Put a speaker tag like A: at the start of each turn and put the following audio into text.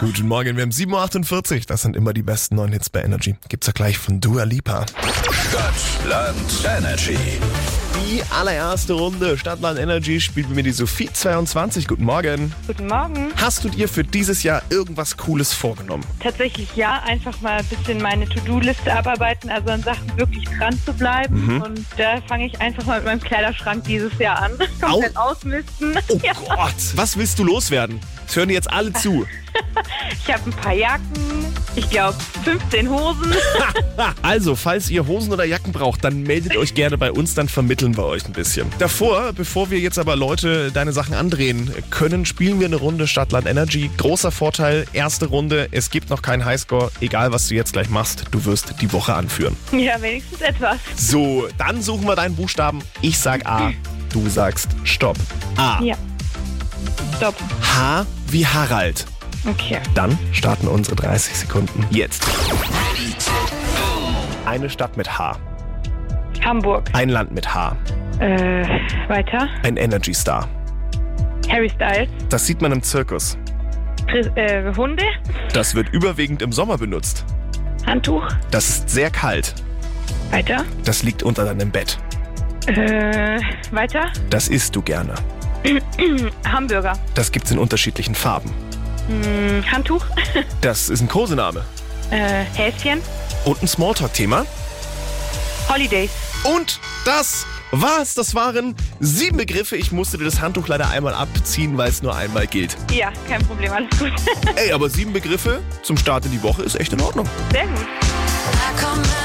A: Guten Morgen, wir haben 7.48 Uhr. Das sind immer die besten neuen Hits bei Energy. Gibt's ja gleich von Dua Lipa.
B: Stadtland Energy.
A: Die allererste Runde Stadtland Energy spielt mir die Sophie 22. Guten Morgen.
C: Guten Morgen.
A: Hast du dir für dieses Jahr irgendwas Cooles vorgenommen?
C: Tatsächlich ja, einfach mal ein bisschen meine To-Do-Liste abarbeiten, also an Sachen wirklich dran zu bleiben. Und da fange ich einfach mal mit meinem Kleiderschrank dieses Jahr an. Komplett ausmisten.
A: Oh
C: Ja.
A: Gott, was willst du loswerden? Das hören dir jetzt alle zu.
C: Ich habe ein paar Jacken, ich glaube 15 Hosen.
A: Also, falls ihr Hosen oder Jacken braucht, dann meldet euch gerne bei uns, dann vermitteln wir euch ein bisschen. Davor, bevor wir jetzt aber Leute deine Sachen andrehen können, spielen wir eine Runde Stadtland Energy. Großer Vorteil, erste Runde, es gibt noch keinen Highscore. Egal, was du jetzt gleich machst, du wirst die Woche anführen.
C: ja, wenigstens etwas.
A: So, dann suchen wir deinen Buchstaben. Ich sag A, du sagst Stopp. A.
C: Ja. Stopp.
A: H wie Harald.
C: Okay.
A: Dann starten unsere 30 Sekunden jetzt. Eine Stadt mit H,
C: Hamburg.
A: ein Land mit H,
C: Äh, weiter.
A: ein Energy Star.
C: Harry Styles.
A: Das sieht man im Zirkus.
C: Tri äh, Hunde.
A: Das wird überwiegend im Sommer benutzt.
C: Handtuch.
A: Das ist sehr kalt.
C: Weiter.
A: Das liegt unter deinem Bett.
C: Äh, weiter.
A: Das isst du gerne.
C: Hamburger.
A: Das gibt's in unterschiedlichen Farben.
C: Hm, Handtuch.
A: Das ist ein Kosename.
C: äh, Häschen.
A: Und ein Smalltalk-Thema.
C: Holidays.
A: Und das war's. Das waren sieben Begriffe. Ich musste dir das Handtuch leider einmal abziehen, weil es nur einmal gilt.
C: Ja, kein Problem, alles gut.
A: Ey, aber sieben Begriffe zum Start in die Woche ist echt in Ordnung.
C: Sehr gut.
D: I come back.